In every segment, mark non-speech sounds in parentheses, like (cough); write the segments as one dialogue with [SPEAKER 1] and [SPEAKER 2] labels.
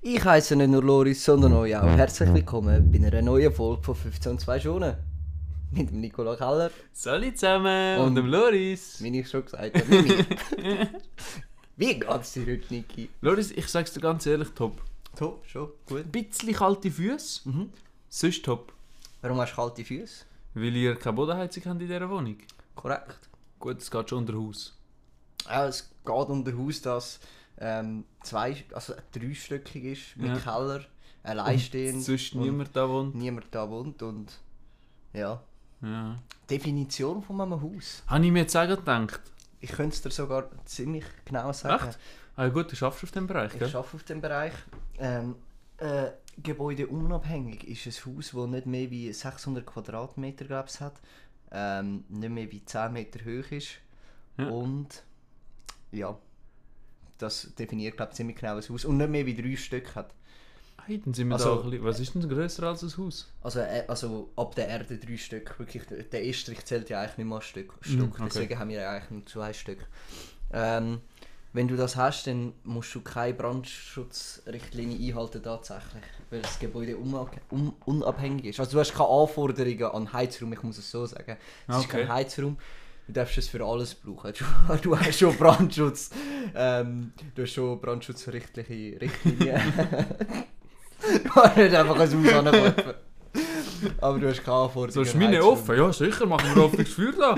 [SPEAKER 1] Ich heiße nicht nur Loris, sondern euch auch. Herzlich willkommen bei einer neuen Folge von 15 und 2 Schonen. Mit dem Nicola Keller,
[SPEAKER 2] Salut zusammen
[SPEAKER 1] Und-
[SPEAKER 2] und, dem Loris.
[SPEAKER 1] wie ich schon gesagt habe, mit mir. Wie geht's dir heute, Niki?
[SPEAKER 2] Loris, ich sag's dir ganz ehrlich, top.
[SPEAKER 1] Top, schon, gut.
[SPEAKER 2] Ein bisschen kalte Füße,
[SPEAKER 1] Mhm.
[SPEAKER 2] sonst top.
[SPEAKER 1] Warum hast du kalte Füße?
[SPEAKER 2] Weil ihr keine Bodenheizung habt in dieser Wohnung.
[SPEAKER 1] Korrekt.
[SPEAKER 2] Gut, es geht schon unter Haus.
[SPEAKER 1] Ja, es geht unter Haus, dass ähm, zwei, also dreistöckig ist, mit
[SPEAKER 2] Ja.
[SPEAKER 1] Keller, alleinstehend.
[SPEAKER 2] Sonst
[SPEAKER 1] und
[SPEAKER 2] niemand da wohnt.
[SPEAKER 1] niemand da wohnt und ja.
[SPEAKER 2] Ja.
[SPEAKER 1] Definition von einem Haus.
[SPEAKER 2] Habe ich mir jetzt auch gerade gedacht.
[SPEAKER 1] Ich könnte es dir sogar ziemlich genau sagen.
[SPEAKER 2] Echt? Ah ja gut, du schaffst auf dem Bereich,
[SPEAKER 1] Ich
[SPEAKER 2] gell?
[SPEAKER 1] arbeite auf dem Bereich. Ähm, äh, gebäudeunabhängig ist ein Haus, das nicht mehr wie 600 Quadratmeter glaub ich, hat, ähm, nicht mehr wie 10 Meter hoch ist.
[SPEAKER 2] Ja.
[SPEAKER 1] Und ja, das definiert glaube ich ziemlich genau ein Haus. Und nicht mehr wie drei Stück hat.
[SPEAKER 2] Hey, dann sind wir
[SPEAKER 1] Also-
[SPEAKER 2] da auch ein bisschen... Was ist denn grösser als ein Haus?
[SPEAKER 1] Also, äh, also ab der Erde drei Stück. Wirklich, der der Estrich zählt ja eigentlich nicht mal als Stück. Stück.
[SPEAKER 2] Mhm, okay.
[SPEAKER 1] Deswegen haben wir ja eigentlich nur zwei Stück. Ähm, wenn du das hast, dann musst du keine Brandschutzrichtlinie einhalten tatsächlich, weil das Gebäude unab- un unabhängig ist. Also du hast keine Anforderungen an Heizraum, ich muss es so sagen. Es ist
[SPEAKER 2] Okay.
[SPEAKER 1] kein Heizraum, du darfst es für alles brauchen. Du, (laughs) du hast schon Brandschutz, ähm, du hast schon brandschutzrechtliche Richtlinien.
[SPEAKER 2] (laughs)
[SPEAKER 1] du hast nicht einfach ein Haus angeworfen. Aber du hast keine Anforderungen
[SPEAKER 2] So ist
[SPEAKER 1] an
[SPEAKER 2] meine
[SPEAKER 1] Heizraum.
[SPEAKER 2] offen. Ja, sicher, machen wir offenes
[SPEAKER 1] (laughs)
[SPEAKER 2] Feuer da.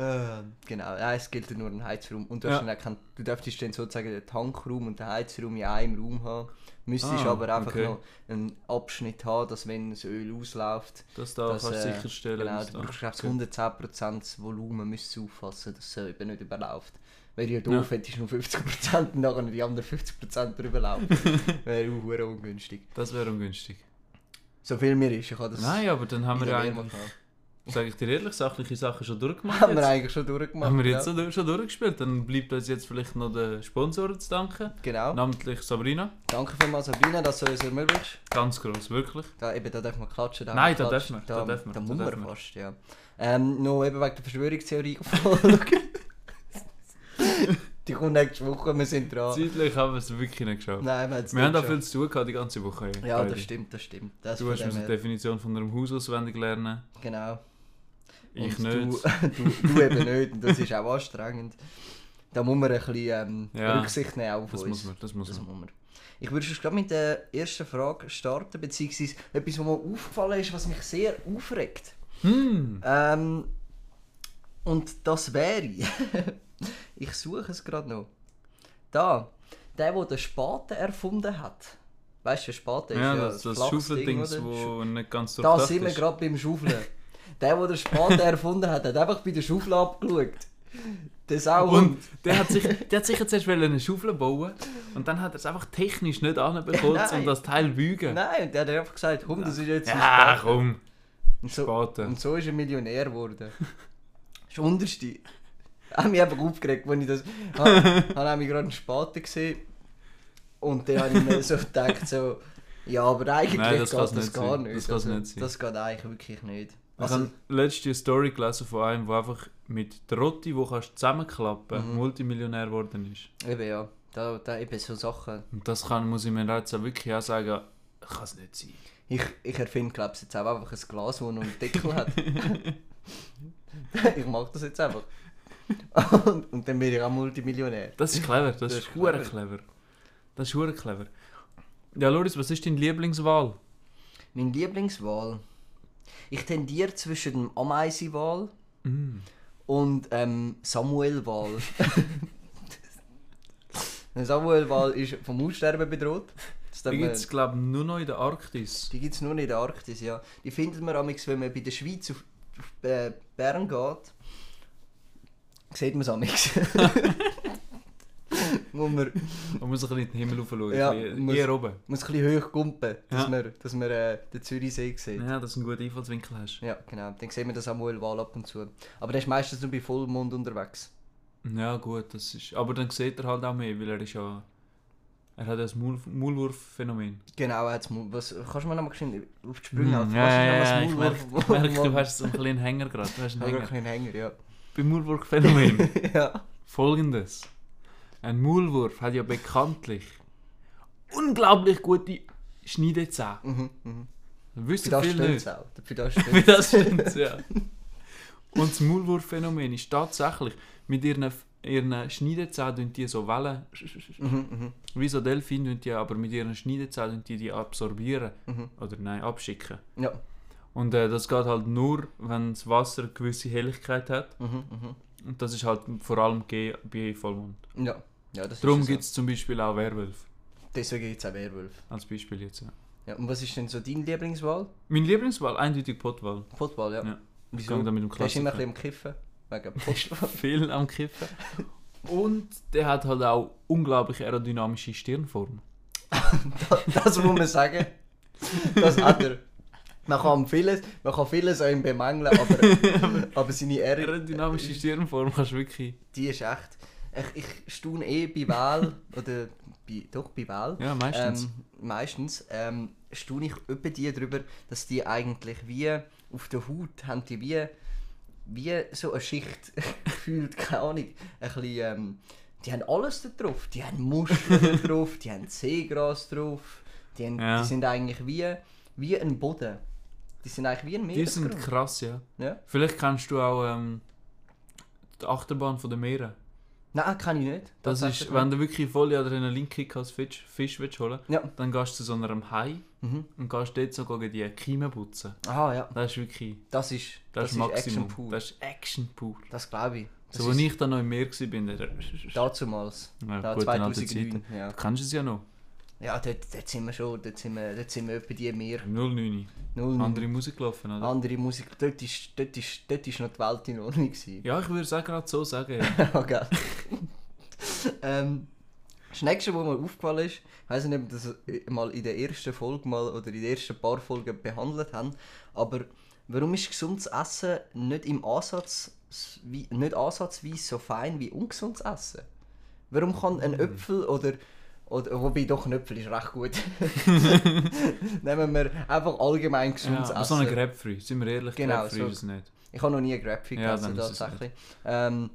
[SPEAKER 1] Ähm, genau, ja, es gilt nur ein Heizraum. Und du, hast
[SPEAKER 2] Ja.
[SPEAKER 1] dann auch keinen- du dürftest dann sozusagen den Tankraum und den Heizraum in einem Raum haben. Müsstest
[SPEAKER 2] Ah,
[SPEAKER 1] aber einfach
[SPEAKER 2] okay.
[SPEAKER 1] noch einen Abschnitt haben, dass wenn das Öl ausläuft,
[SPEAKER 2] Das da
[SPEAKER 1] Das,
[SPEAKER 2] kannst du
[SPEAKER 1] äh,
[SPEAKER 2] sicherstellen.
[SPEAKER 1] genau,
[SPEAKER 2] dass
[SPEAKER 1] du
[SPEAKER 2] da-
[SPEAKER 1] brauchst glaub ich,
[SPEAKER 2] Okay.
[SPEAKER 1] 110% das Volumen müsstest du auffassen, dass es eben nicht überläuft. Wäre ja doof, hättest du nur 50% und nachher die anderen 50% drüber
[SPEAKER 2] (laughs)
[SPEAKER 1] laufen. Wäre auch hure ungünstig.
[SPEAKER 2] Das wäre ungünstig.
[SPEAKER 1] So viel mir ist, ich habe das
[SPEAKER 2] Nein, aber dann haben
[SPEAKER 1] in
[SPEAKER 2] wir
[SPEAKER 1] der
[SPEAKER 2] ja
[SPEAKER 1] Wehrmacht
[SPEAKER 2] eigentlich, sage ich dir ehrlich, sachliche Sachen schon durchgemacht.
[SPEAKER 1] haben wir
[SPEAKER 2] jetzt.
[SPEAKER 1] eigentlich schon durchgemacht.
[SPEAKER 2] Haben wir jetzt
[SPEAKER 1] ja.
[SPEAKER 2] so- schon durchgespielt? Dann bleibt uns jetzt vielleicht noch den Sponsoren zu danken.
[SPEAKER 1] Genau.
[SPEAKER 2] Namentlich Sabrina.
[SPEAKER 1] Danke vielmals, Sabine, dass du uns ermöglicht
[SPEAKER 2] Ganz gross, wirklich.
[SPEAKER 1] Da, eben, da darf man klatschen. Da
[SPEAKER 2] Nein,
[SPEAKER 1] haben
[SPEAKER 2] da
[SPEAKER 1] geklatschen,
[SPEAKER 2] darf man,
[SPEAKER 1] Da,
[SPEAKER 2] da darf man,
[SPEAKER 1] Da
[SPEAKER 2] da
[SPEAKER 1] muss
[SPEAKER 2] darf
[SPEAKER 1] man
[SPEAKER 2] man.
[SPEAKER 1] fast, ja. Ähm, noch eben wegen der Verschwörungstheorie (laughs) gefolgt. die kommt nächste Woche, wir sind dran.
[SPEAKER 2] Zeitlich haben wir es wirklich nicht geschafft.
[SPEAKER 1] Nein, wir, haben's
[SPEAKER 2] wir haben
[SPEAKER 1] nicht
[SPEAKER 2] da viel
[SPEAKER 1] geschafft.
[SPEAKER 2] zu tun gehabt die ganze Woche. ey,
[SPEAKER 1] Ja, das
[SPEAKER 2] beide.
[SPEAKER 1] stimmt, das stimmt. Das
[SPEAKER 2] Du
[SPEAKER 1] von
[SPEAKER 2] hast
[SPEAKER 1] dem
[SPEAKER 2] mir die
[SPEAKER 1] her-
[SPEAKER 2] Definition von einem Haus auswendig lernen.
[SPEAKER 1] Genau. Und (laughs)
[SPEAKER 2] Ich nicht.
[SPEAKER 1] Du, äh, du, du eben nicht. Und das ist auch anstrengend. Da muss man ein bisschen ähm,
[SPEAKER 2] Ja,
[SPEAKER 1] Rücksicht nehmen auf
[SPEAKER 2] Das
[SPEAKER 1] uns.
[SPEAKER 2] muss man, das muss
[SPEAKER 1] Das
[SPEAKER 2] man.
[SPEAKER 1] muss man. Ich würde schon gerade mit der ersten Frage starten, beziehungsweise etwas, was mir aufgefallen ist, was mich sehr aufregt.
[SPEAKER 2] Hm,
[SPEAKER 1] Ähm, und das (laughs) wäre. ich suche es gerade noch. Da. Der, der den Spaten erfunden hat. Weißt du, der Spaten ist ja,
[SPEAKER 2] ja, das, das
[SPEAKER 1] flaches Ding,
[SPEAKER 2] Schaufeldings,
[SPEAKER 1] oder?
[SPEAKER 2] wo nicht ganz
[SPEAKER 1] Da
[SPEAKER 2] durchdacht
[SPEAKER 1] sind wir
[SPEAKER 2] ist.
[SPEAKER 1] gerade beim Schaufeln. der, der den Spaten erfunden hat, hat einfach bei der Schaufel abgeschaut. Das auch.
[SPEAKER 2] Und der
[SPEAKER 1] (laughs)
[SPEAKER 2] hat sich, der hat sich jetzt erst wollen eine Schaufel bauen und dann hat er es einfach technisch nicht anbekommen,
[SPEAKER 1] (laughs) Nein.
[SPEAKER 2] um das Teil zu bügen.
[SPEAKER 1] Nein, und der hat einfach gesagt, komm, das ist jetzt ein
[SPEAKER 2] Ja,
[SPEAKER 1] Spaten.
[SPEAKER 2] komm,
[SPEAKER 1] Und so,
[SPEAKER 2] Spaten.
[SPEAKER 1] und so ist er Millionär
[SPEAKER 2] (laughs)
[SPEAKER 1] geworden. Das ist unterste. Ich habe mich einfach aufgeregt, als ich
[SPEAKER 2] (laughs)
[SPEAKER 1] das... Ah, Ich habe nämlich gerade einen Spaten gesehen. Und dann habe ich mir so gedacht, so... Ja, aber eigentlich
[SPEAKER 2] Nein, das
[SPEAKER 1] geht
[SPEAKER 2] kann's
[SPEAKER 1] das
[SPEAKER 2] nicht
[SPEAKER 1] gar
[SPEAKER 2] sein.
[SPEAKER 1] nicht. Also,
[SPEAKER 2] Das kann's nicht sein.
[SPEAKER 1] das geht eigentlich wirklich nicht.
[SPEAKER 2] Ich
[SPEAKER 1] Also,
[SPEAKER 2] habe letztens eine Story gelesen von einem, der einfach mit der Rotti, die kannst du zusammenklappen
[SPEAKER 1] Mhm.
[SPEAKER 2] Multimillionär geworden ist.
[SPEAKER 1] eben ja. Da, da eben so Sachen.
[SPEAKER 2] Und das kann, muss ich mir jetzt auch wirklich auch sagen, kann es nicht sein.
[SPEAKER 1] Ich, ich erfinde, glaube ich, jetzt auch einfach ein Glas, das noch einen Deckel
[SPEAKER 2] (laughs)
[SPEAKER 1] hat. (laughs) ich mache das jetzt einfach. (laughs) und, und dann bin ich auch Multimillionär.
[SPEAKER 2] Das ist clever,
[SPEAKER 1] (laughs)
[SPEAKER 2] das,
[SPEAKER 1] ist
[SPEAKER 2] ist hure clever. Das ist hure clever. Ja, Loris, was ist deine Lieblingswahl?
[SPEAKER 1] Mein Lieblingswal. Ich tendiere zwischen dem Ameisenwal
[SPEAKER 2] Mm.
[SPEAKER 1] und ähm,
[SPEAKER 2] (laughs)
[SPEAKER 1] Samuelwal. Der Samuelwal ist vom Aussterben bedroht. Das darf
[SPEAKER 2] Die
[SPEAKER 1] man-
[SPEAKER 2] gibt es, glaube ich, nur noch in der Arktis.
[SPEAKER 1] die gibt es nur in der Arktis, ja. Die findet man amigs, wenn man bei der Schweiz auf, auf äh, Bern geht, sieht man es (laughs)
[SPEAKER 2] (laughs)
[SPEAKER 1] amigs. muss man
[SPEAKER 2] Man muss ein bisschen in den Himmel aufschauen,
[SPEAKER 1] Ja,
[SPEAKER 2] ja,
[SPEAKER 1] muss-
[SPEAKER 2] hier oben.
[SPEAKER 1] muss ein bisschen hoch gumpen, dass
[SPEAKER 2] Ja.
[SPEAKER 1] man, dass man äh, den Zürichsee sieht.
[SPEAKER 2] Ja, dass du einen guten Einfallswinkel hast.
[SPEAKER 1] Ja, genau. Dann sieht man den Samuelwal ab und zu. Aber der ist meistens nur bei Vollmond unterwegs.
[SPEAKER 2] Ja, gut, das ist... Aber dann sieht er halt auch mehr, weil er ist ja... Er hat ja das Maul Maulwurf-Phänomen.
[SPEAKER 1] Genau, jetzt was kannst du mir nochmal geschwind auf die
[SPEAKER 2] Hm,
[SPEAKER 1] Sprünge also helfen?
[SPEAKER 2] ich
[SPEAKER 1] Kannst
[SPEAKER 2] merke,
[SPEAKER 1] du noch
[SPEAKER 2] ich
[SPEAKER 1] mal das
[SPEAKER 2] merke, du
[SPEAKER 1] Maulwurf-
[SPEAKER 2] hast so einen kleinen Hänger gerade. Du hast einen
[SPEAKER 1] Maulwurf-
[SPEAKER 2] Hänger.
[SPEAKER 1] Hänger, ja.
[SPEAKER 2] Beim Mulburg-Phänomen
[SPEAKER 1] ja.
[SPEAKER 2] (laughs) folgendes. Ein Maulwurf hat ja bekanntlich unglaublich gute Schneidezähne.
[SPEAKER 1] Mhm, mhm. Für
[SPEAKER 2] Wissen
[SPEAKER 1] das
[SPEAKER 2] viele
[SPEAKER 1] stimmt
[SPEAKER 2] nicht.
[SPEAKER 1] es auch. Für das
[SPEAKER 2] (laughs) Wie
[SPEAKER 1] stimmt
[SPEAKER 2] das stimmt, ja. Und das Maulwurfphänomen ist tatsächlich, mit ihren, ihren Schneidezähnen tun die so Wellen,
[SPEAKER 1] Mhm,
[SPEAKER 2] wie so Delfin tun die, aber mit ihren Schneidezähnen tun die die absorbieren.
[SPEAKER 1] Mhm.
[SPEAKER 2] Oder nein, abschicken.
[SPEAKER 1] Ja.
[SPEAKER 2] Und äh, das geht halt nur, wenn das Wasser eine gewisse Helligkeit hat.
[SPEAKER 1] Mhm,
[SPEAKER 2] Und das ist halt vor allem gegeben bei Vollmond.
[SPEAKER 1] mhm. Ja. ja das ist
[SPEAKER 2] Darum
[SPEAKER 1] ja so.
[SPEAKER 2] gibt es zum Beispiel auch Werwolf.
[SPEAKER 1] Deswegen gibt es auch Werwolf.
[SPEAKER 2] Als Beispiel jetzt. Ja.
[SPEAKER 1] Ja. Und was ist denn so dein Lieblingswahl?
[SPEAKER 2] Mein Lieblingswahl, eindeutig Pottwahl.
[SPEAKER 1] Football, ja.
[SPEAKER 2] Ja. Ich
[SPEAKER 1] Wieso?
[SPEAKER 2] gehe da mit dem
[SPEAKER 1] Der ist immer ein
[SPEAKER 2] Klassiker.
[SPEAKER 1] bisschen am Kiffen. Wegen
[SPEAKER 2] (laughs)
[SPEAKER 1] Football.
[SPEAKER 2] Viel am Kiffen. Und der hat halt auch unglaublich aerodynamische Stirnform.
[SPEAKER 1] (laughs) das muss man sagen. Das hat er. Man kann vieles, man kann vieles an ihm bemängeln, aber, aber seine Ehre,
[SPEAKER 2] Aerodynamische Stirnform kannst du wirklich...
[SPEAKER 1] die ist echt... Ich, ich staune eh bei Wahl, oder bei, doch bei Wahl,
[SPEAKER 2] Ja, meistens.
[SPEAKER 1] ähm, meistens ähm, staune ich über die drüber, dass die eigentlich wie auf der Haut haben die wie, wie so eine Schicht (laughs) gefühlt, keine Ahnung, ein bisschen, ähm, die haben alles da drauf, die haben Muscheln da
[SPEAKER 2] (laughs)
[SPEAKER 1] drauf, die haben Seegras drauf, die, haben,
[SPEAKER 2] Ja.
[SPEAKER 1] die sind eigentlich wie, wie ein Boden. Die sind eigentlich wie ein
[SPEAKER 2] die sind
[SPEAKER 1] Meeresgrund.
[SPEAKER 2] krass, ja.
[SPEAKER 1] Ja?
[SPEAKER 2] Vielleicht kennst du auch ähm, die Achterbahn von der Meere.
[SPEAKER 1] Nein, kann ich nicht.
[SPEAKER 2] Das ist,
[SPEAKER 1] Tatsächlich
[SPEAKER 2] wenn
[SPEAKER 1] nicht.
[SPEAKER 2] du wirklich volle Adrenalinkick als Fisch, Fisch willst holen,
[SPEAKER 1] Ja.
[SPEAKER 2] dann gehst du zu so einem Hai
[SPEAKER 1] Mhm.
[SPEAKER 2] und gehst dort so gegen die Kiemen putzen.
[SPEAKER 1] Ah ja,
[SPEAKER 2] Das ist wirklich...
[SPEAKER 1] das ist,
[SPEAKER 2] Das,
[SPEAKER 1] das
[SPEAKER 2] ist
[SPEAKER 1] ist
[SPEAKER 2] Maximum.
[SPEAKER 1] Action pur. Das,
[SPEAKER 2] Das ist Action pur.
[SPEAKER 1] glaube ich. Das
[SPEAKER 2] So, als
[SPEAKER 1] ist
[SPEAKER 2] ich dann noch im Meer war, da,
[SPEAKER 1] Dazumals.
[SPEAKER 2] Ja,
[SPEAKER 1] da
[SPEAKER 2] gut, in alten
[SPEAKER 1] 2009. Ja.
[SPEAKER 2] du kennst es ja noch.
[SPEAKER 1] Ja, dort, dort sind wir schon, dort sind wir, dort sind wir etwa die mehr.
[SPEAKER 2] Im 09.
[SPEAKER 1] Null,
[SPEAKER 2] Andere Musik gelaufen, oder?
[SPEAKER 1] andere Musik, dort ist, dort, ist, dort ist noch die Welt in Ordnung gewesen.
[SPEAKER 2] Ja, ich würde es auch gerade
[SPEAKER 1] (laughs)
[SPEAKER 2] so sagen. Ja.
[SPEAKER 1] Ja, gell. Oh ähm, das nächste, was mir aufgefallen ist, ich weiß nicht, ob wir das mal in der ersten Folge mal oder in den ersten paar Folgen behandelt haben, aber warum ist gesundes Essen nicht im Ansatz wie, nicht ansatzweise so fein wie ungesundes Essen? Warum kann
[SPEAKER 2] Mhm.
[SPEAKER 1] ein Äpfel oder oder, wobei doch ein Äpfel ist recht
[SPEAKER 2] (laughs)
[SPEAKER 1] gut. (laughs) Nehmen wir einfach allgemein
[SPEAKER 2] ja,
[SPEAKER 1] gesundes
[SPEAKER 2] aber so
[SPEAKER 1] Essen.
[SPEAKER 2] eine Grapefruit, sind wir ehrlich,
[SPEAKER 1] Genau,
[SPEAKER 2] Grapefruit
[SPEAKER 1] so.
[SPEAKER 2] ist es nicht.
[SPEAKER 1] Ich habe noch nie Grapefruit
[SPEAKER 2] Ja,
[SPEAKER 1] gegessen,
[SPEAKER 2] dann ist es
[SPEAKER 1] tatsächlich. Ähm,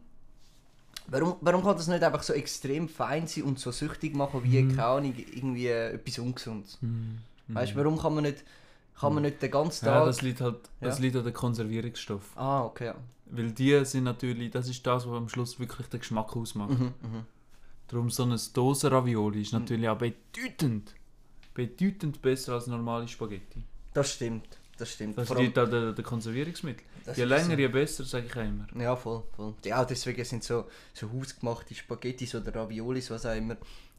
[SPEAKER 1] warum, warum kann das nicht einfach so extrem fein sein und so süchtig machen
[SPEAKER 2] Mhm.
[SPEAKER 1] wie, keine Ahnung, irgendwie äh, etwas Ungesundes? Weißt du, warum kann man nicht, kann man nicht den ganzen Tag...
[SPEAKER 2] Ja, das liegt halt das
[SPEAKER 1] Ja.
[SPEAKER 2] liegt an den Konservierungsstoffen.
[SPEAKER 1] Ah, okay, ja.
[SPEAKER 2] Weil die sind natürlich, das ist das, was am Schluss wirklich den Geschmack ausmacht.
[SPEAKER 1] Mhm, mhm.
[SPEAKER 2] Darum so eine Dose Ravioli ist natürlich auch bedeutend, bedeutend besser als normale Spaghetti.
[SPEAKER 1] Das stimmt, das stimmt.
[SPEAKER 2] Das
[SPEAKER 1] Vor allem-
[SPEAKER 2] liegt an den, den Konservierungsmitteln.
[SPEAKER 1] Das
[SPEAKER 2] Je
[SPEAKER 1] ist
[SPEAKER 2] länger, je besser, sage ich auch immer.
[SPEAKER 1] Ja, voll, voll. Ja, deswegen sind so, so hausgemachte Spaghettis oder Raviolis, was auch immer,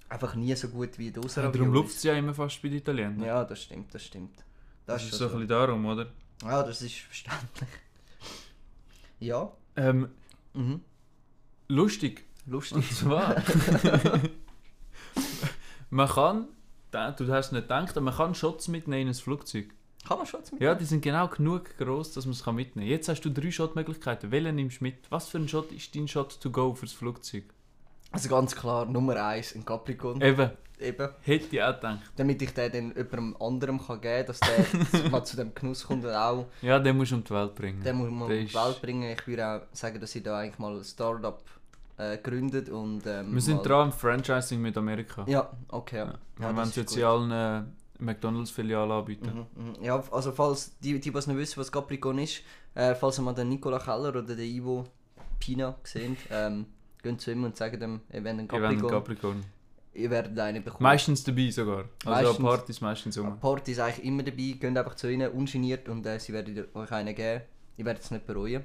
[SPEAKER 1] einfach nie so gut wie
[SPEAKER 2] Ja,
[SPEAKER 1] Dosenraviolis.
[SPEAKER 2] darum läuft es ja immer fast bei den Italienern.
[SPEAKER 1] Ja, das stimmt, das stimmt. Das,
[SPEAKER 2] das ist
[SPEAKER 1] schon
[SPEAKER 2] so ein bisschen darum, oder?
[SPEAKER 1] Ja, das ist verständlich. (laughs) Ja,
[SPEAKER 2] Ähm,
[SPEAKER 1] mhm.
[SPEAKER 2] (laughs) lustig.
[SPEAKER 1] lustig.
[SPEAKER 2] Und zwar. man kann. da- Du hast es nicht gedacht, aber man kann Shots mitnehmen in ein Flugzeug.
[SPEAKER 1] Kann man schon mit?
[SPEAKER 2] Ja, die sind genau genug groß, dass man es kann mitnehmen kann. Jetzt hast du drei Shot-Möglichkeiten. Welchen nimmst du mit? Was für ein Shot ist dein Shot to go fürs Flugzeug?
[SPEAKER 1] Also ganz klar, Nummer 1 ein Capricorn.
[SPEAKER 2] Eben,
[SPEAKER 1] Eben.
[SPEAKER 2] hätte ich auch gedacht.
[SPEAKER 1] Damit ich den dann jemandem anderem kann geben kann, dass
[SPEAKER 2] (laughs)
[SPEAKER 1] der mal zu dem Genuss kommt und auch
[SPEAKER 2] Ja, den musst du um die Welt bringen.
[SPEAKER 1] den muss man
[SPEAKER 2] Der
[SPEAKER 1] in die
[SPEAKER 2] ist-
[SPEAKER 1] Welt bringen. Ich würde auch sagen, dass ich da eigentlich mal ein Startup äh, gründet und ähm,
[SPEAKER 2] Wir sind
[SPEAKER 1] mal...
[SPEAKER 2] dran am Franchising mit Amerika.
[SPEAKER 1] Ja, okay. Ja,
[SPEAKER 2] Ja.
[SPEAKER 1] ja.
[SPEAKER 2] wir
[SPEAKER 1] das
[SPEAKER 2] wollen
[SPEAKER 1] ist
[SPEAKER 2] jetzt
[SPEAKER 1] gut.
[SPEAKER 2] in allen äh, McDonalds-Filialen anbieten.
[SPEAKER 1] Mhm, mhm. Ja, also falls die, die was nicht wissen, was Capricorn ist, äh, falls ihr mal den Nicola Keller oder den Ivo Pina seht, ähm, gehen zu ihm und sagen dem, ihr werdet einen
[SPEAKER 2] Wir wollen einen
[SPEAKER 1] Capricorn,
[SPEAKER 2] Capricorn.
[SPEAKER 1] ihr werdet einen bekommen.
[SPEAKER 2] Meistens dabei sogar. Also
[SPEAKER 1] Meistens.
[SPEAKER 2] an Partys meistens um.
[SPEAKER 1] Port ist eigentlich immer dabei, geht einfach zu ihnen, ungeniert und äh, sie werden euch einen geben. Ihr werdet es nicht bereuen.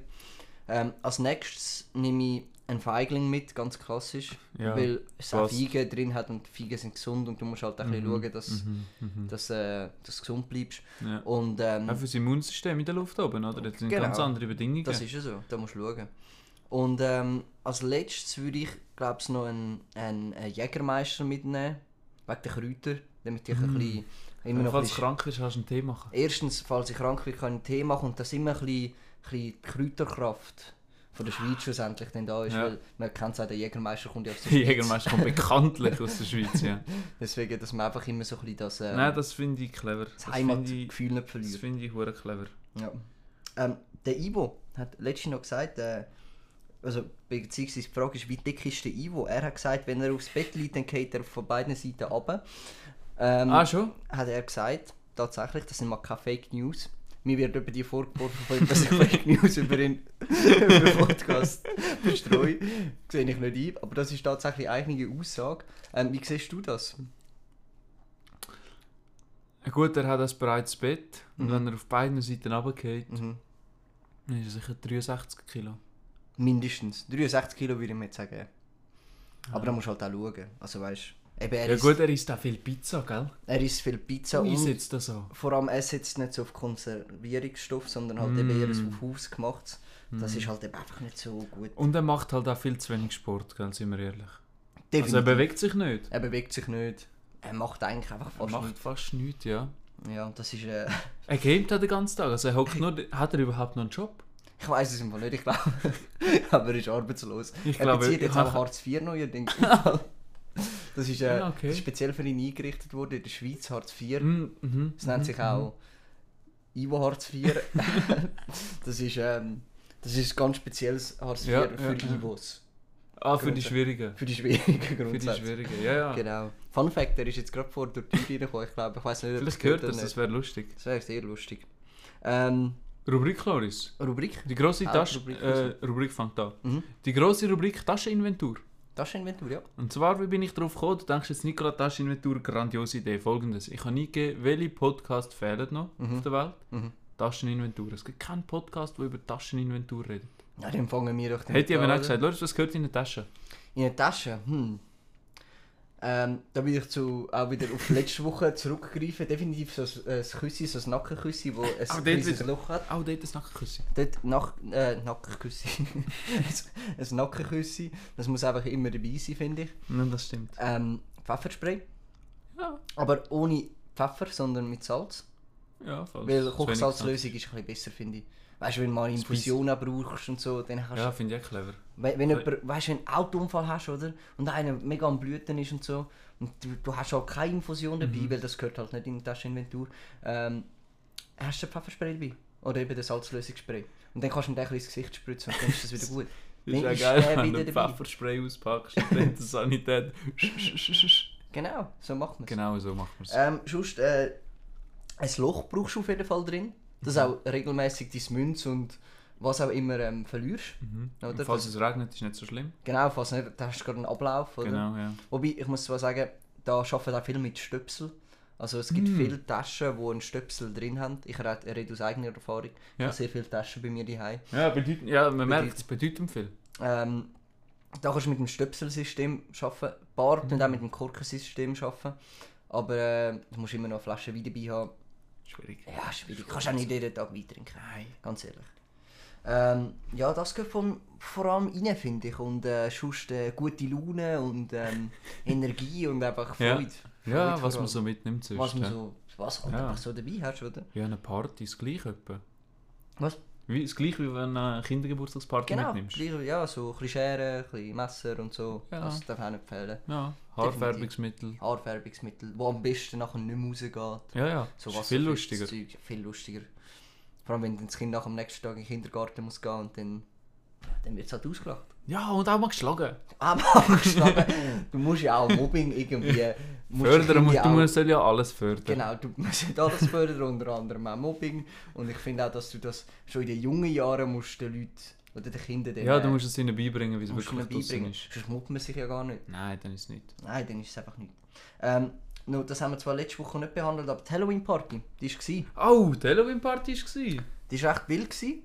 [SPEAKER 1] Ähm, als nächstes nehme ich einen Feigling mit, ganz klassisch,
[SPEAKER 2] Ja,
[SPEAKER 1] weil es auch
[SPEAKER 2] passt.
[SPEAKER 1] Feigen drin hat und Feigen sind gesund und du musst halt ein bisschen schauen, dass,
[SPEAKER 2] Mhm, mhm.
[SPEAKER 1] dass, äh, dass du gesund bleibst.
[SPEAKER 2] Ja.
[SPEAKER 1] Und ähm,
[SPEAKER 2] Auch für das Immunsystem in der Luft oben, oder? Das sind
[SPEAKER 1] Genau.
[SPEAKER 2] ganz andere Bedingungen.
[SPEAKER 1] Das ist ja so, da musst du schauen. Und ähm, als letztes würde ich, glaube ich, noch einen, einen, einen Jägermeister mitnehmen, wegen den Kräutern, damit ich
[SPEAKER 2] Mhm.
[SPEAKER 1] ein bisschen, immer noch ein
[SPEAKER 2] Falls
[SPEAKER 1] bisschen
[SPEAKER 2] du krank bist, hast du einen Tee machen.
[SPEAKER 1] Erstens, falls ich krank bin, kann ich Tee machen und dass immer ein bisschen, ein bisschen die Kräuterkraft von der Schweiz schlussendlich dann da ist,
[SPEAKER 2] Ja.
[SPEAKER 1] weil man kennt es auch, der Jägermeister kommt ja
[SPEAKER 2] (laughs)
[SPEAKER 1] aus der
[SPEAKER 2] Der
[SPEAKER 1] Schweiz.
[SPEAKER 2] Jägermeister kommt bekanntlich aus der Schweiz, ja.
[SPEAKER 1] Deswegen, dass man einfach immer so ein bisschen das, äh,
[SPEAKER 2] Nein, das finde ich clever. Das
[SPEAKER 1] das Mhm.
[SPEAKER 2] finde ich,
[SPEAKER 1] Heimatgefühl nicht
[SPEAKER 2] das
[SPEAKER 1] verliert.
[SPEAKER 2] finde ich hure clever.
[SPEAKER 1] Ja. Ähm, der Ivo hat letztens noch gesagt, äh, also beziehungsweise die Frage ist, wie dick ist der Ivo? Er hat gesagt, wenn er aufs Bett liegt, dann geht er von beiden Seiten runter. Ähm,
[SPEAKER 2] Ah, schon?
[SPEAKER 1] Hat er gesagt, tatsächlich, das sind mal keine Fake News. Mir wird über die vorgeworfen, von ihm, dass ich (laughs) Fake News über ihn (laughs) über den Podcast verstreue. Sehe ich nicht ein, aber das ist tatsächlich eine eigene Aussage. Ähm, wie siehst du das?
[SPEAKER 2] Gut, er hat ein breites Bett und wenn er auf beiden Seiten runtergeht,
[SPEAKER 1] Mhm.
[SPEAKER 2] dann ist er sicher 63 Kilo.
[SPEAKER 1] Mindestens. 63 Kilo würde ich mir jetzt sagen. Aber da musst du halt auch schauen. Also weißt eben, er,
[SPEAKER 2] Ja
[SPEAKER 1] isst,
[SPEAKER 2] gut, er isst auch viel Pizza, gell?
[SPEAKER 1] er isst viel Pizza
[SPEAKER 2] Wie
[SPEAKER 1] und
[SPEAKER 2] sitzt das so?
[SPEAKER 1] vor allem er sitzt nicht so auf Konservierungsstoff, sondern halt eben
[SPEAKER 2] Mm.
[SPEAKER 1] eher so auf Haus gemacht. Das ist halt eben einfach nicht so gut.
[SPEAKER 2] Und er macht halt auch viel zu wenig Sport, gell, sind wir ehrlich. Also er
[SPEAKER 1] Definitiv.
[SPEAKER 2] bewegt sich nicht.
[SPEAKER 1] er bewegt sich nicht. Er macht eigentlich einfach
[SPEAKER 2] Er
[SPEAKER 1] fast
[SPEAKER 2] macht fast nichts, ja.
[SPEAKER 1] nichts. Ja, das ist. Äh, (laughs)
[SPEAKER 2] Er gamet auch den ganzen Tag, also er hockt nur... Hat er überhaupt noch einen Job?
[SPEAKER 1] ich weiß es im Fall nicht, ich glaube. (laughs) aber er ist arbeitslos.
[SPEAKER 2] Ich
[SPEAKER 1] er
[SPEAKER 2] glaube,
[SPEAKER 1] bezieht
[SPEAKER 2] ich
[SPEAKER 1] jetzt
[SPEAKER 2] habe-
[SPEAKER 1] auch Hartz IV
[SPEAKER 2] (laughs)
[SPEAKER 1] neuerdings. im Fall. das, ist, äh,
[SPEAKER 2] Ja, okay.
[SPEAKER 1] das ist speziell für ihn eingerichtet worden in der Schweiz, Hartz IV.
[SPEAKER 2] Mhm, mhm.
[SPEAKER 1] Das nennt sich auch Ivo Hartz IV.
[SPEAKER 2] (laughs)
[SPEAKER 1] (laughs) das, ist, ähm, das ist ganz spezielles Hartz IV
[SPEAKER 2] Ja,
[SPEAKER 1] für
[SPEAKER 2] ja, ja.
[SPEAKER 1] Ivos.
[SPEAKER 2] Ah, für die
[SPEAKER 1] Grundsätze.
[SPEAKER 2] Schwierigen.
[SPEAKER 1] Für die schwierigen
[SPEAKER 2] Für die
[SPEAKER 1] Grundsätze.
[SPEAKER 2] Schwierigen, Ah. ja, ja.
[SPEAKER 1] Genau. Fun Fact, der ist jetzt gerade vor der Tür reingekommen. Ich glaube, ich weiß nicht, ob
[SPEAKER 2] Vielleicht
[SPEAKER 1] es
[SPEAKER 2] gehört
[SPEAKER 1] oder
[SPEAKER 2] das, das
[SPEAKER 1] nicht.
[SPEAKER 2] wäre lustig.
[SPEAKER 1] Das wäre sehr lustig. Ähm,
[SPEAKER 2] Rubrik, Loris.
[SPEAKER 1] Rubrik?
[SPEAKER 2] Die grosse
[SPEAKER 1] Auch
[SPEAKER 2] Tasche...
[SPEAKER 1] Rubrik,
[SPEAKER 2] äh, Rubrik fängt an.
[SPEAKER 1] Mhm.
[SPEAKER 2] Die grosse Rubrik Tascheninventur.
[SPEAKER 1] Tascheninventur, ja.
[SPEAKER 2] Und zwar, wie bin ich darauf gekommen? Du denkst jetzt, Nikola Tascheninventur, grandiose Idee. Folgendes. Ich habe nie gegeben, welche Podcasts fehlen noch auf der Welt?
[SPEAKER 1] Mhm.
[SPEAKER 2] Tascheninventur. Es gibt keinen Podcast, der über Tascheninventur redet.
[SPEAKER 1] Ja, dann fangen wir doch damit
[SPEAKER 2] Hätte ich aber
[SPEAKER 1] an,
[SPEAKER 2] auch
[SPEAKER 1] oder?
[SPEAKER 2] gesagt, Leute, was gehört in der Tasche?
[SPEAKER 1] In eine Tasche? Hm. Ähm, da bin ich zu, auch wieder auf letzte Woche (laughs) zurückgreifen. Definitiv so ein, ein Küssi, so ein Nackenküssi, wo
[SPEAKER 2] (laughs) Ah,
[SPEAKER 1] ein
[SPEAKER 2] dort
[SPEAKER 1] riesiges
[SPEAKER 2] wieder.
[SPEAKER 1] Loch hat.
[SPEAKER 2] Auch dort ein Nackenküsschen.
[SPEAKER 1] Dort nach, äh, Nackenküssi. (laughs) ein, ein Nackenküssi. Das muss einfach immer dabei sein, finde ich.
[SPEAKER 2] Nein, das stimmt.
[SPEAKER 1] Ähm, Pfefferspray.
[SPEAKER 2] Ja,
[SPEAKER 1] Aber ohne Pfeffer, sondern mit Salz.
[SPEAKER 2] ja falls.
[SPEAKER 1] Weil
[SPEAKER 2] es zu wenig
[SPEAKER 1] Kochsalzlösung ist ein bisschen besser, finde ich. Weißt du, wenn du mal Infusionen brauchst und so, dann
[SPEAKER 2] Salz-
[SPEAKER 1] kannst
[SPEAKER 2] Ja,
[SPEAKER 1] du.
[SPEAKER 2] finde ich auch clever.
[SPEAKER 1] Wenn, wenn, jemand, weißt, du, wenn du einen Autounfall hast, oder? Und einer mega am Blüten ist und so. Und du, du hast auch keine Infusion dabei,
[SPEAKER 2] Mhm.
[SPEAKER 1] weil das gehört halt nicht in die Tascheninventur. Ähm, hast du ein Pfefferspray dabei? Oder eben das Salzlösungsspray. Und dann kannst du ihm den ein bisschen ins Gesicht spritzen und dann ist das
[SPEAKER 2] (laughs)
[SPEAKER 1] wieder gut.
[SPEAKER 2] Das ist
[SPEAKER 1] Dann
[SPEAKER 2] ja
[SPEAKER 1] ist
[SPEAKER 2] geil,
[SPEAKER 1] der
[SPEAKER 2] wenn
[SPEAKER 1] wieder
[SPEAKER 2] du
[SPEAKER 1] dabei.
[SPEAKER 2] Pfefferspray auspackst und dann die (laughs) Sanität.
[SPEAKER 1] Genau, so macht man es.
[SPEAKER 2] genau so macht man es.
[SPEAKER 1] Ähm, sonst, äh, ein Loch brauchst du auf jeden Fall drin, dass
[SPEAKER 2] Mhm.
[SPEAKER 1] auch regelmäßig deine Münze und was auch immer ähm, verlierst. Oder?
[SPEAKER 2] Und Mhm. Falls es regnet, ist nicht so schlimm.
[SPEAKER 1] Genau, falls nicht, da hast du gerade einen Ablauf. Oder?
[SPEAKER 2] Genau, ja.
[SPEAKER 1] Wobei, ich muss zwar sagen, da arbeiten auch viele mit Stöpsel. Also es
[SPEAKER 2] Mm.
[SPEAKER 1] gibt viele Taschen, die einen Stöpsel drin haben. Ich rede, ich rede aus eigener Erfahrung. Ich
[SPEAKER 2] Ja.
[SPEAKER 1] habe sehr viele Taschen bei mir daheim.
[SPEAKER 2] Ja, bedeuten, ja man merkt, es bedeutet viel.
[SPEAKER 1] Ähm, da kannst du mit dem Stöpselsystem arbeiten. Bar
[SPEAKER 2] Mm.
[SPEAKER 1] und auch mit dem Korkensystem arbeiten. Aber äh, du musst immer noch eine Flasche Wein dabei haben.
[SPEAKER 2] Schwierig.
[SPEAKER 1] Ja, schwierig. Kannst auch nicht jeden Tag Wein trinken. Ganz ehrlich. Ähm, ja, das gehört vom, vor allem rein, finde ich. Und äh, sonst äh, gute Laune und
[SPEAKER 2] (laughs)
[SPEAKER 1] ähm, Energie und einfach
[SPEAKER 2] Ja.
[SPEAKER 1] Freude.
[SPEAKER 2] Ja,
[SPEAKER 1] Freude
[SPEAKER 2] was
[SPEAKER 1] vor
[SPEAKER 2] man
[SPEAKER 1] allem.
[SPEAKER 2] so mitnimmt sonst.
[SPEAKER 1] Was man
[SPEAKER 2] ja.
[SPEAKER 1] so, was halt
[SPEAKER 2] Ja.
[SPEAKER 1] einfach so dabei hast, oder?
[SPEAKER 2] ja, eine Party ist gleich etwa.
[SPEAKER 1] Was?
[SPEAKER 2] Wie, das gleiche, wie wenn du eine Kindergeburtstagsparty
[SPEAKER 1] Genau,
[SPEAKER 2] mitnimmst.
[SPEAKER 1] gleich- ja, so ein bisschen Schere, ein bisschen Messer und so.
[SPEAKER 2] Ja.
[SPEAKER 1] Das darf auch nicht fehlen.
[SPEAKER 2] Ja, Haarfärbungsmittel.
[SPEAKER 1] Haarfärbungsmittel, wo am besten nachher nicht mehr rausgeht.
[SPEAKER 2] Ja, ja.
[SPEAKER 1] So
[SPEAKER 2] ist
[SPEAKER 1] was
[SPEAKER 2] viel lustiger.
[SPEAKER 1] Zeug, viel lustiger. Vor allem, wenn dann das Kind nach am nächsten Tag in den Kindergarten muss gehen und dann, dann wird es halt ausgelacht. (laughs)
[SPEAKER 2] Ja, und auch mal geschlagen.
[SPEAKER 1] Aber
[SPEAKER 2] (laughs)
[SPEAKER 1] abgeschlagen. du musst ja auch Mobbing irgendwie. musst die
[SPEAKER 2] Fördern,
[SPEAKER 1] Kinder
[SPEAKER 2] musst, du
[SPEAKER 1] auch-
[SPEAKER 2] musst, soll ja alles fördern.
[SPEAKER 1] Genau, du (laughs) musst alles fördern, unter anderem auch Mobbing. Und ich finde auch, dass du das schon in den jungen Jahren musst den Leuten oder den Kindern den,
[SPEAKER 2] Ja, du
[SPEAKER 1] äh,
[SPEAKER 2] musst es ihnen beibringen, wie es
[SPEAKER 1] musst du
[SPEAKER 2] wirklich
[SPEAKER 1] ihnen
[SPEAKER 2] draussen
[SPEAKER 1] beibringen.
[SPEAKER 2] ist.
[SPEAKER 1] Sonst mobbt man sich ja gar nicht.
[SPEAKER 2] Nein, dann ist es nicht.
[SPEAKER 1] Nein, dann ist es einfach nicht. Ähm, nur, das haben wir zwar letzte Woche nicht behandelt, aber die Halloween-Party, die war.
[SPEAKER 2] Oh, die Halloween-Party war
[SPEAKER 1] Die war recht wild, gewesen,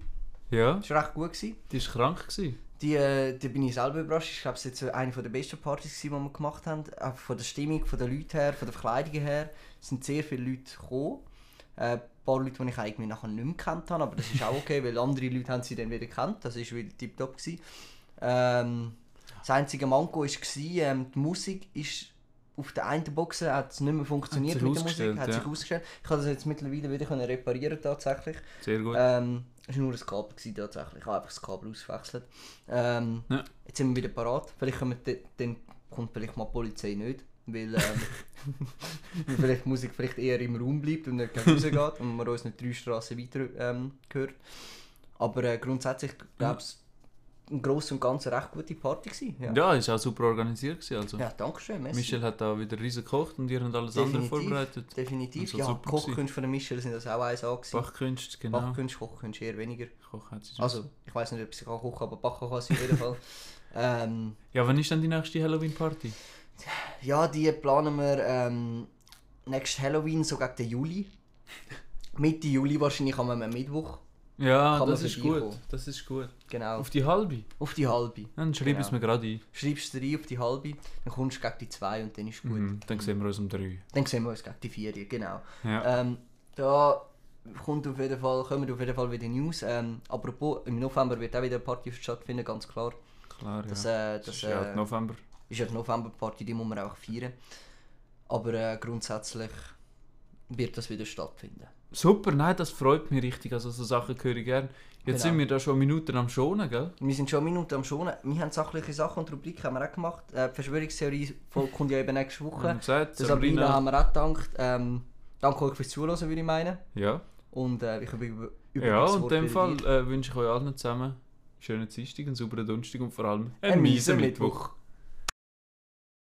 [SPEAKER 2] Ja,
[SPEAKER 1] die war recht gut. Gewesen.
[SPEAKER 2] die war krank. Gewesen.
[SPEAKER 1] Die, äh, da bin ich selber überrascht. Ich glaube, es war jetzt eine der besten Partys, gewesen, die wir gemacht haben. Auch von der Stimmung, von den Leuten her, von der Verkleidung her. Es sind sehr viele Leute gekommen. Äh, ein paar Leute, die ich eigentlich nachher nicht mehr gekannt habe, aber das ist auch
[SPEAKER 2] (laughs)
[SPEAKER 1] okay, weil andere Leute haben sie dann wieder gekannt. Das war wieder tiptop. gewesen. Ähm, das einzige Manko war, ähm, die Musik ist auf der einen Box hat es nicht mehr funktioniert
[SPEAKER 2] sich
[SPEAKER 1] mit der
[SPEAKER 2] ausgestellt,
[SPEAKER 1] Musik, hat sich
[SPEAKER 2] ja.
[SPEAKER 1] ausgestellt. Ich habe das jetzt mittlerweile wieder können reparieren tatsächlich.
[SPEAKER 2] Sehr gut.
[SPEAKER 1] Ähm, es war nur ein Kabel gewesen, tatsächlich. Ich habe einfach das Kabel ausgewechselt. Ähm,
[SPEAKER 2] Ja.
[SPEAKER 1] Jetzt sind wir wieder parat. Vielleicht kommt, dann kommt vielleicht mal die Polizei nicht. Weil,
[SPEAKER 2] (laughs)
[SPEAKER 1] ähm, (laughs) weil vielleicht die Musik vielleicht eher im Raum bleibt und nicht gleich rausgeht und man uns nicht drei Straßen weiter ähm, hört. Aber äh, grundsätzlich glaube ich, im Großen und Ganzen eine recht gute Party. Gewesen. Ja.
[SPEAKER 2] Ja, ist auch super organisiert gewesen, also.
[SPEAKER 1] ja, danke schön, merci.
[SPEAKER 2] Michel hat da wieder riesen gekocht und ihr habt alles andere
[SPEAKER 1] Definitiv.
[SPEAKER 2] vorbereitet.
[SPEAKER 1] Definitiv,
[SPEAKER 2] Also
[SPEAKER 1] ja.
[SPEAKER 2] super
[SPEAKER 1] Kochkünste von der Michel sind das auch eins an. gewesen.
[SPEAKER 2] Bachkünste, genau.
[SPEAKER 1] Backkünste, Kochkünste eher weniger.
[SPEAKER 2] Koch hat sie
[SPEAKER 1] Also, ich weiß nicht, ob sie kann kochen aber backen kann sie auf jeden
[SPEAKER 2] (laughs)
[SPEAKER 1] Fall. ähm,
[SPEAKER 2] Ja, wann ist dann die nächste Halloween-Party?
[SPEAKER 1] ja, die planen wir ähm, nächstes Halloween, so gegen den Juli. Mitte Juli wahrscheinlich am einem Mittwoch.
[SPEAKER 2] Ja,
[SPEAKER 1] Kann man
[SPEAKER 2] das ist
[SPEAKER 1] vorbeikommen.
[SPEAKER 2] gut. Das ist gut.
[SPEAKER 1] Genau.
[SPEAKER 2] Auf die halbe?
[SPEAKER 1] Auf die halbe.
[SPEAKER 2] Dann schreib
[SPEAKER 1] Genau.
[SPEAKER 2] es mir gerade ein.
[SPEAKER 1] Schreibst du rein auf die halbe, dann kommst du gegen die zwei und dann ist gut.
[SPEAKER 2] Mhm, dann sehen wir uns um drei.
[SPEAKER 1] Dann sehen wir uns gegen die vier, genau.
[SPEAKER 2] Ja.
[SPEAKER 1] Ähm, da kommt auf jeden Fall, kommen auf jeden Fall wieder News. Ähm, apropos, im November wird auch wieder eine Party stattfinden, ganz klar.
[SPEAKER 2] Klar, ja.
[SPEAKER 1] Das,
[SPEAKER 2] Das
[SPEAKER 1] äh, das,
[SPEAKER 2] ist
[SPEAKER 1] äh,
[SPEAKER 2] ja die November.
[SPEAKER 1] ist ja die Novemberparty, die muss man auch feiern. Aber äh, grundsätzlich wird das wieder stattfinden.
[SPEAKER 2] Super, nein, das freut mich richtig. Also so Sachen höre ich gern. Jetzt
[SPEAKER 1] Genau.
[SPEAKER 2] sind wir da schon Minuten am Schonen, gell?
[SPEAKER 1] Wir sind schon eine Minute am Schonen. Wir haben sachliche Sachen und Rubriken haben wir auch gemacht. Äh, die Verschwörungstheorie voll- kommt ja eben nächste
[SPEAKER 2] Wir haben
[SPEAKER 1] Woche.
[SPEAKER 2] gesagt,
[SPEAKER 1] Das Sabrina
[SPEAKER 2] Mhm. Sabrina.
[SPEAKER 1] haben wir auch gedankt. Ähm, danke euch fürs Zuhören, würde ich meinen.
[SPEAKER 2] Ja,
[SPEAKER 1] Und äh, ich über, über
[SPEAKER 2] ja
[SPEAKER 1] das
[SPEAKER 2] und in
[SPEAKER 1] Wort
[SPEAKER 2] dem
[SPEAKER 1] wieder
[SPEAKER 2] Fall
[SPEAKER 1] dir.
[SPEAKER 2] äh, wünsche ich euch allen zusammen einen schönen Dienstag, einen sauberen Donnerstag und vor allem
[SPEAKER 1] Einen miesen Mittwoch.